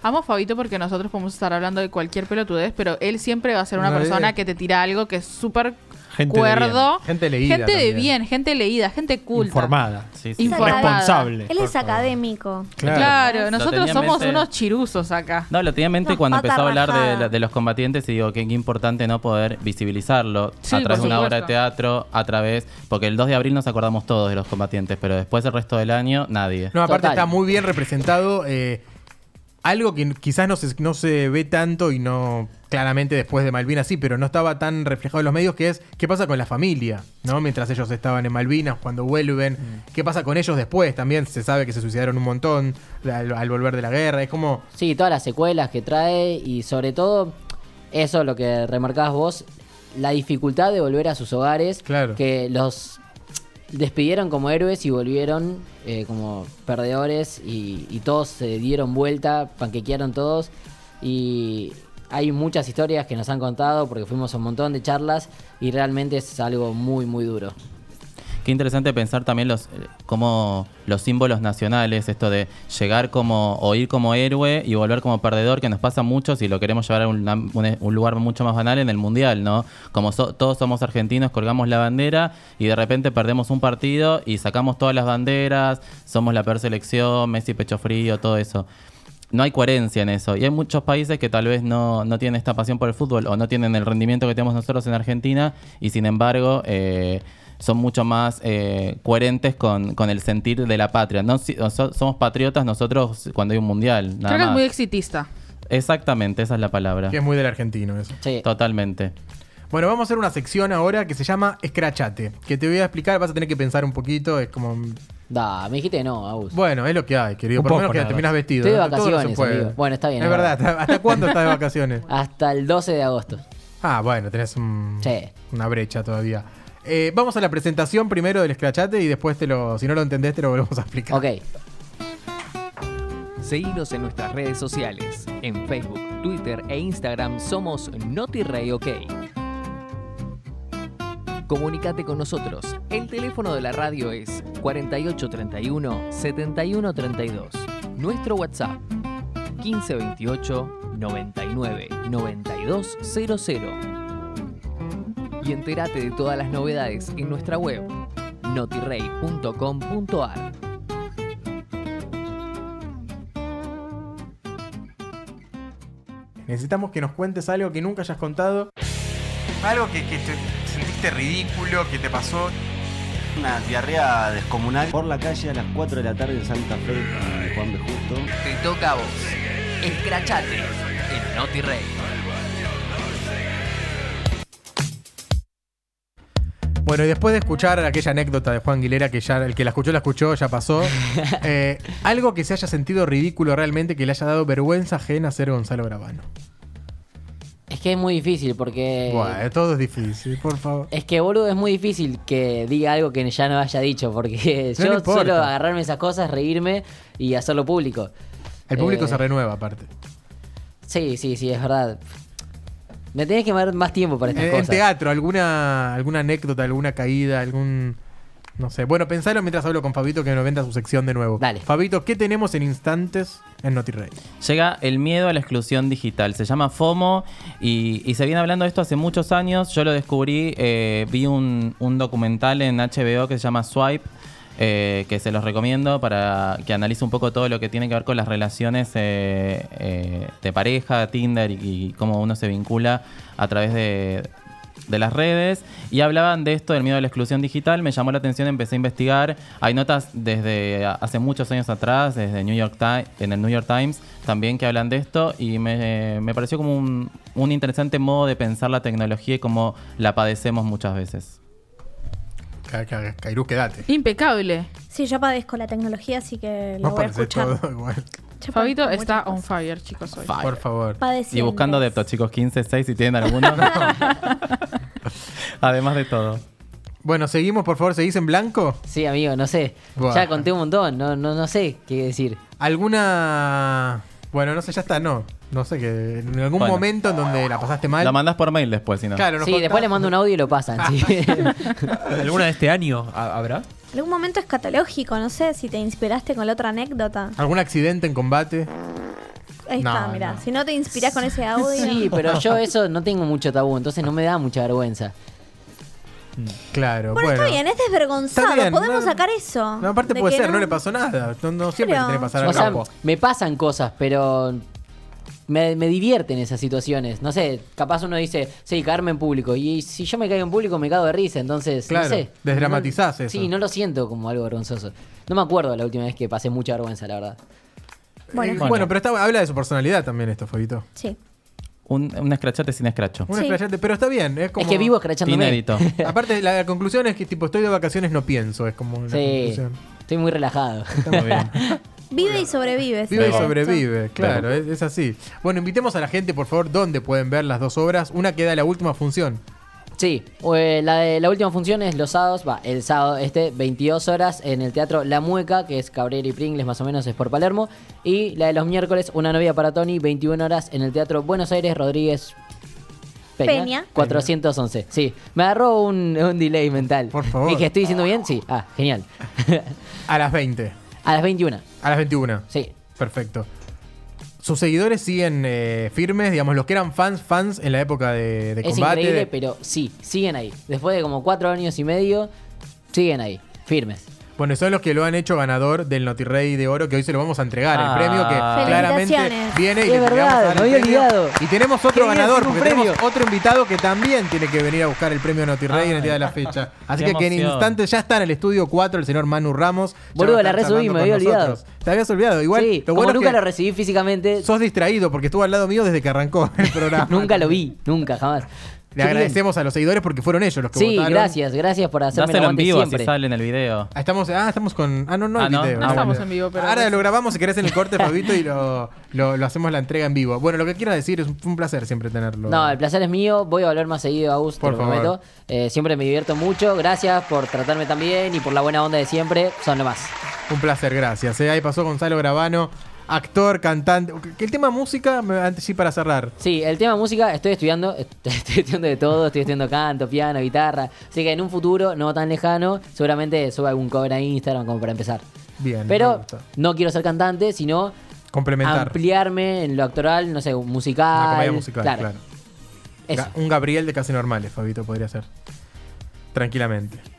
[SPEAKER 4] Amo a Fabito porque nosotros podemos estar hablando de cualquier pelotudez, pero él siempre va a ser una
[SPEAKER 1] No,
[SPEAKER 4] persona
[SPEAKER 1] eh.
[SPEAKER 4] que te tira algo que es súper
[SPEAKER 6] Gente de
[SPEAKER 4] cuerdo.
[SPEAKER 1] bien. Gente leída
[SPEAKER 4] Gente de
[SPEAKER 1] también.
[SPEAKER 4] bien, gente leída, gente culta.
[SPEAKER 6] Informada.
[SPEAKER 2] Sí, sí.
[SPEAKER 4] Informada.
[SPEAKER 6] Responsable.
[SPEAKER 3] Él es académico.
[SPEAKER 4] Claro,
[SPEAKER 2] Lo
[SPEAKER 4] nosotros
[SPEAKER 2] tenía en
[SPEAKER 4] somos
[SPEAKER 2] mente.
[SPEAKER 4] unos chiruzos acá.
[SPEAKER 2] No, lo tenía en mente
[SPEAKER 3] No,
[SPEAKER 2] cuando
[SPEAKER 3] pata
[SPEAKER 2] empezó a hablar de,
[SPEAKER 3] rajada.
[SPEAKER 2] la- de los combatientes y digo que qué importante no poder visibilizarlo
[SPEAKER 4] Sí,
[SPEAKER 2] a través de
[SPEAKER 4] por
[SPEAKER 2] una obra de
[SPEAKER 4] supuesto.
[SPEAKER 2] teatro, a través, porque el 2 de abril nos acordamos todos de los combatientes, pero después el resto del año nadie.
[SPEAKER 1] No, aparte
[SPEAKER 5] Total.
[SPEAKER 1] está muy bien representado eh, algo que quizás no se, no se ve tanto y no claramente después de Malvinas sí, pero no estaba tan reflejado en los medios, que es qué pasa con la familia, ¿no? Mientras ellos estaban en Malvinas, cuando vuelven,
[SPEAKER 5] Mm.
[SPEAKER 1] qué pasa con ellos después también, se sabe que se suicidaron un montón al, al volver de la guerra, es como...
[SPEAKER 5] Sí, todas las secuelas que trae y sobre todo eso lo que remarcabas vos, la dificultad de volver a sus hogares,
[SPEAKER 1] Claro.
[SPEAKER 5] que los despidieron como héroes y volvieron eh, como perdedores y, y todos se dieron vuelta, panquequearon todos y hay muchas historias que nos han contado porque fuimos a un montón de charlas y realmente es algo muy muy duro.
[SPEAKER 2] Qué interesante pensar también los como los símbolos nacionales, esto de llegar como o ir como héroe y volver como perdedor, que nos pasa mucho si lo queremos llevar a un, un- un lugar mucho más banal en el mundial, ¿no? Como so- todos somos argentinos, colgamos la bandera y de repente perdemos un partido y sacamos todas las banderas, somos la peor selección, Messi pecho frío, todo eso. No hay coherencia en eso. Y hay muchos países que tal vez no, no tienen esta pasión por el fútbol o no tienen el rendimiento que tenemos nosotros en Argentina y sin embargo eh, son mucho más eh, coherentes con, con el sentir de la patria. No, si- o so- somos patriotas nosotros cuando hay un mundial. nada
[SPEAKER 4] Creo que es
[SPEAKER 2] más.
[SPEAKER 4] muy exitista.
[SPEAKER 2] Exactamente, esa es la palabra.
[SPEAKER 1] Que es muy del argentino eso.
[SPEAKER 5] Sí.
[SPEAKER 2] Totalmente.
[SPEAKER 1] Bueno, vamos a hacer una sección ahora que se llama Escrachate, que te voy a explicar, vas a tener que pensar un poquito, es como...
[SPEAKER 5] Da, me dijiste que no, Agus.
[SPEAKER 1] Bueno, es lo que hay, querido.
[SPEAKER 6] Un
[SPEAKER 1] Por lo
[SPEAKER 6] poco
[SPEAKER 1] menos que
[SPEAKER 6] nada
[SPEAKER 1] terminas vestido.
[SPEAKER 5] Estoy de
[SPEAKER 1] ¿no? Todo no se
[SPEAKER 5] vacaciones,
[SPEAKER 1] puede.
[SPEAKER 5] amigo. Bueno, está bien,
[SPEAKER 1] Es
[SPEAKER 5] es
[SPEAKER 1] verdad.
[SPEAKER 5] verdad.
[SPEAKER 1] ¿Hasta cuándo estás de vacaciones?
[SPEAKER 5] Hasta el 12 de agosto.
[SPEAKER 1] Ah, bueno, tenés un-
[SPEAKER 5] Sí.
[SPEAKER 1] una brecha todavía. Eh, vamos a la presentación primero del escrachate y después te lo, si no lo entendés, te lo volvemos a explicar.
[SPEAKER 5] Ok,
[SPEAKER 8] Seguinos en nuestras redes sociales. En Facebook, Twitter e Instagram somos NotiRey OK. Comunicate con nosotros. El teléfono de la radio es 4831 7132. Nuestro WhatsApp 1528 99 9200. Y entérate de todas las novedades en nuestra web notirey.com.ar.
[SPEAKER 1] Necesitamos que nos cuentes algo que nunca hayas contado. Algo que, te sentiste ridículo, que te pasó.
[SPEAKER 9] Una diarrea descomunal por la calle a las 4 de la tarde en Santa Fe, en Juan B. Justo.
[SPEAKER 8] Te toca a vos. Escrachate en Noti Rey.
[SPEAKER 1] Bueno, y después de escuchar aquella anécdota de Juan Aguilera, que ya el que la escuchó, la escuchó, ya pasó. eh, algo que se haya sentido ridículo realmente, que le haya dado vergüenza ajena ser Gonzalo Gravano.
[SPEAKER 5] es que es muy difícil porque...
[SPEAKER 1] Bueno, todo es difícil, por favor.
[SPEAKER 5] Es que, boludo, es muy difícil que diga algo que ya no haya dicho, porque
[SPEAKER 1] No le
[SPEAKER 5] yo
[SPEAKER 1] importa.
[SPEAKER 5] suelo agarrarme esas cosas, reírme y hacerlo público.
[SPEAKER 1] El público
[SPEAKER 5] Eh,
[SPEAKER 1] se renueva, aparte.
[SPEAKER 5] Sí, sí, sí, es verdad. Me tenés que dar más tiempo para estas
[SPEAKER 1] Eh, en
[SPEAKER 5] cosas.
[SPEAKER 1] teatro, alguna, alguna anécdota, alguna caída, algún. No sé. Bueno, pensalo mientras hablo con Fabito que nos venda su sección de nuevo.
[SPEAKER 5] Dale.
[SPEAKER 1] Fabito, ¿qué tenemos en instantes en NotiRey?
[SPEAKER 2] Llega el miedo a la exclusión digital, se llama FOMO y, y se viene hablando de esto hace muchos años, yo lo descubrí, eh, vi un, un documental en HBO que se llama Swipe, eh, que se los recomiendo para que analice un poco todo lo que tiene que ver con las relaciones eh, eh, de pareja, Tinder y, y cómo uno se vincula a través de, de las redes y hablaban de esto del miedo a la exclusión digital, me llamó la atención, empecé a investigar. Hay notas desde hace muchos años atrás, desde New York Ti- en el New York Times también que hablan de esto y me, me pareció como un, un interesante modo de pensar la tecnología y cómo la padecemos muchas veces.
[SPEAKER 1] Cairú, quédate.
[SPEAKER 4] Impecable.
[SPEAKER 3] Sí, yo padezco la tecnología, así que lo voy a
[SPEAKER 1] parece
[SPEAKER 3] escuchar.
[SPEAKER 1] todo igual.
[SPEAKER 3] Yo
[SPEAKER 4] Fabito
[SPEAKER 3] padezco
[SPEAKER 4] está
[SPEAKER 3] muchas
[SPEAKER 4] on
[SPEAKER 3] cosas.
[SPEAKER 4] fire, chicos, hoy.
[SPEAKER 1] Por favor.
[SPEAKER 2] Y
[SPEAKER 3] Padecientes.
[SPEAKER 2] buscando adeptos, chicos, 15, 6 si tienen alguno. Además de todo.
[SPEAKER 1] Bueno, seguimos, por favor, ¿seguís en blanco?
[SPEAKER 5] Sí, amigo, no sé.
[SPEAKER 1] Buah.
[SPEAKER 5] Ya conté un montón, no, no, no sé qué decir.
[SPEAKER 1] ¿Alguna. Bueno, no sé, ya está, no. No sé, que en algún
[SPEAKER 2] Bueno.
[SPEAKER 1] momento en donde la pasaste mal.
[SPEAKER 2] Lo mandas por mail después, si no.
[SPEAKER 1] Claro, nos
[SPEAKER 5] sí, después
[SPEAKER 1] contás.
[SPEAKER 5] le mando un audio y lo pasan. sí.
[SPEAKER 6] ¿Alguna de este año ha- habrá?
[SPEAKER 3] Algún momento escatológico, no sé si te inspiraste con la otra anécdota.
[SPEAKER 1] ¿Algún accidente en combate?
[SPEAKER 3] Ahí
[SPEAKER 1] No,
[SPEAKER 3] está, mirá.
[SPEAKER 1] no.
[SPEAKER 3] Si no te inspirás con ese audio.
[SPEAKER 5] sí, pero yo eso no tengo mucho tabú, entonces no me da mucha vergüenza.
[SPEAKER 1] Claro,
[SPEAKER 3] Bueno,
[SPEAKER 1] bueno.
[SPEAKER 3] está bien, es desvergonzado.
[SPEAKER 1] Está bien,
[SPEAKER 3] Podemos
[SPEAKER 1] no-
[SPEAKER 3] sacar eso.
[SPEAKER 1] No, aparte
[SPEAKER 3] De
[SPEAKER 1] puede
[SPEAKER 3] que
[SPEAKER 1] ser, no... le pasó nada. No, no siempre
[SPEAKER 3] Claro.
[SPEAKER 1] le tiene que pasar
[SPEAKER 5] O
[SPEAKER 1] al
[SPEAKER 5] sea,
[SPEAKER 1] campo.
[SPEAKER 5] me pasan cosas, pero me, me divierten esas situaciones. No sé, capaz uno dice, sí, caerme en público. Y si yo me caigo en público, me cago de risa. Entonces,
[SPEAKER 1] Claro,
[SPEAKER 5] no sé.
[SPEAKER 1] desdramatizás
[SPEAKER 5] No-
[SPEAKER 1] eso.
[SPEAKER 5] Sí, no lo siento como algo vergonzoso. No me acuerdo la última vez que pasé mucha vergüenza, la verdad.
[SPEAKER 3] Bueno.
[SPEAKER 1] Bueno, pero está- habla de su personalidad también esto, Fabito.
[SPEAKER 3] Sí.
[SPEAKER 2] Un, un escrachate sin escracho.
[SPEAKER 1] Un
[SPEAKER 3] Sí.
[SPEAKER 1] escrachante, pero está bien. Es, como,
[SPEAKER 5] Es que vivo escrachándome.
[SPEAKER 2] Inédito.
[SPEAKER 1] Aparte, la conclusión es que tipo, estoy de vacaciones, no pienso. Es como la
[SPEAKER 5] Sí,
[SPEAKER 1] conclusión.
[SPEAKER 5] estoy muy relajado.
[SPEAKER 2] Muy bien.
[SPEAKER 3] Vive y sobrevive.
[SPEAKER 1] Vive y
[SPEAKER 3] sí,
[SPEAKER 1] sobrevive, claro, es, es así. Bueno, invitemos a la gente, por favor, dónde pueden ver las dos obras. Una queda en la última función.
[SPEAKER 5] Sí, eh, la, de- la última función es los sábados, va, el sábado este, 22 horas en el Teatro La Mueca, que es Cabrera y Pringles, más o menos es por Palermo. Y la de los miércoles, Una novia para Tony, 21 horas en el Teatro Buenos Aires, Rodríguez Peña.
[SPEAKER 3] Peña.
[SPEAKER 5] 411, sí. Me agarró un, un delay mental.
[SPEAKER 1] Por favor.
[SPEAKER 5] Dije, ¿estoy diciendo bien? Sí. Ah, genial.
[SPEAKER 1] A las 20,
[SPEAKER 5] A las 21,
[SPEAKER 1] a las 21.
[SPEAKER 5] sí.
[SPEAKER 1] Perfecto. Sus seguidores siguen eh, firmes, digamos, los que eran fans, fans en la época de, de
[SPEAKER 5] es
[SPEAKER 1] combate.
[SPEAKER 5] increíble,
[SPEAKER 1] de-
[SPEAKER 5] pero sí, siguen ahí. Después de como cuatro años y medio, siguen ahí, firmes.
[SPEAKER 1] Bueno, son los que lo han hecho ganador del Notirrey de Oro, que hoy se lo vamos a entregar.
[SPEAKER 2] Ah.
[SPEAKER 1] el premio que claramente
[SPEAKER 3] Felicitaciones.
[SPEAKER 1] viene y
[SPEAKER 5] Es
[SPEAKER 1] le entregamos
[SPEAKER 5] verdad,
[SPEAKER 1] a
[SPEAKER 5] me había
[SPEAKER 1] el premio.
[SPEAKER 5] olvidado.
[SPEAKER 1] Y tenemos otro
[SPEAKER 5] Qué bien,
[SPEAKER 1] ganador,
[SPEAKER 5] sin un
[SPEAKER 1] porque tenemos
[SPEAKER 5] premio.
[SPEAKER 1] otro invitado que también tiene que venir a buscar el premio Notirrey en el día de la fecha. Así
[SPEAKER 2] Qué
[SPEAKER 1] que, que en
[SPEAKER 2] emoción.
[SPEAKER 1] instantes ya está en el estudio 4 el señor Manu Ramos. Ya
[SPEAKER 5] Boludo,
[SPEAKER 1] va a estar
[SPEAKER 5] la resubí,
[SPEAKER 1] charlando
[SPEAKER 5] me
[SPEAKER 1] con
[SPEAKER 5] había olvidado.
[SPEAKER 1] nosotros. Te habías olvidado. Igual,
[SPEAKER 5] sí,
[SPEAKER 1] lo
[SPEAKER 5] como
[SPEAKER 1] bueno es
[SPEAKER 5] nunca
[SPEAKER 1] que
[SPEAKER 5] lo recibí físicamente,
[SPEAKER 1] sos distraído porque estuvo al lado mío desde que arrancó el programa.
[SPEAKER 5] nunca lo vi, nunca, jamás.
[SPEAKER 1] Ah, Le agradecemos a los seguidores porque fueron ellos los que
[SPEAKER 5] Sí,
[SPEAKER 1] votaron.
[SPEAKER 5] gracias, gracias por hacerme el
[SPEAKER 2] Dáselo en
[SPEAKER 5] aguante
[SPEAKER 2] vivo
[SPEAKER 5] siempre.
[SPEAKER 2] si sale en el video.
[SPEAKER 1] Ah, estamos, ah, estamos con. Ah, no, no,
[SPEAKER 2] Ah,
[SPEAKER 1] el
[SPEAKER 2] no,
[SPEAKER 1] video.
[SPEAKER 2] no
[SPEAKER 1] Ah,
[SPEAKER 4] estamos
[SPEAKER 1] bueno.
[SPEAKER 4] en vivo, pero
[SPEAKER 1] Ahora
[SPEAKER 4] pues-
[SPEAKER 1] lo grabamos si querés en el corte, Fabito, y lo, lo, lo hacemos la entrega en vivo. Bueno, lo que quiero decir es un, fue un placer siempre tenerlo.
[SPEAKER 5] No, el placer es mío, voy a volver más seguido a gusto,
[SPEAKER 1] Por
[SPEAKER 5] lo
[SPEAKER 1] favor.
[SPEAKER 5] prometo. Eh, siempre me divierto mucho, gracias por tratarme tan bien y por la buena onda de siempre, son lo más.
[SPEAKER 1] Un placer, gracias. eh. Ahí pasó Gonzalo Gravano, actor, cantante. Que El tema música, me- antes sí, para cerrar.
[SPEAKER 5] Sí, el tema música, estoy estudiando, estoy estudiando de todo, estoy estudiando canto, piano, guitarra, así que en un futuro no tan lejano, seguramente suba algún cover a Instagram como para empezar.
[SPEAKER 1] Bien. me
[SPEAKER 5] Pero
[SPEAKER 1] gusta.
[SPEAKER 5] no quiero ser cantante, sino
[SPEAKER 1] Complementar.
[SPEAKER 5] ampliarme en lo actoral, no sé, musical.
[SPEAKER 1] Una comedia musical, claro.
[SPEAKER 5] Eso.
[SPEAKER 1] Ga- Un Gabriel de Casi Normales, Fabito, podría ser. Tranquilamente.